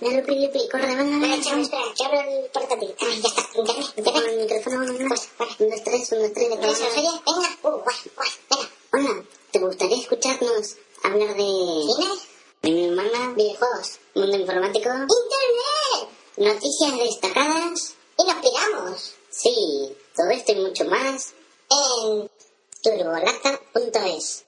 Negro pli pli, corre, venga, Bueno, venga. chavo, espera, yo abro el portátil. Ah, ya está, internet, Con internet. el micrófono, uno, uno. Un, dos, tres, un, dos, tres, de ¿Qué cabeza. oye? Venga, uh, guay, guay, venga. Hola, ¿te gustaría escucharnos hablar de... Dime, De mi hermana, videojuegos, mundo informático, internet. noticias destacadas... Y nos pegamos Sí, todo esto y mucho más en turbolata.es.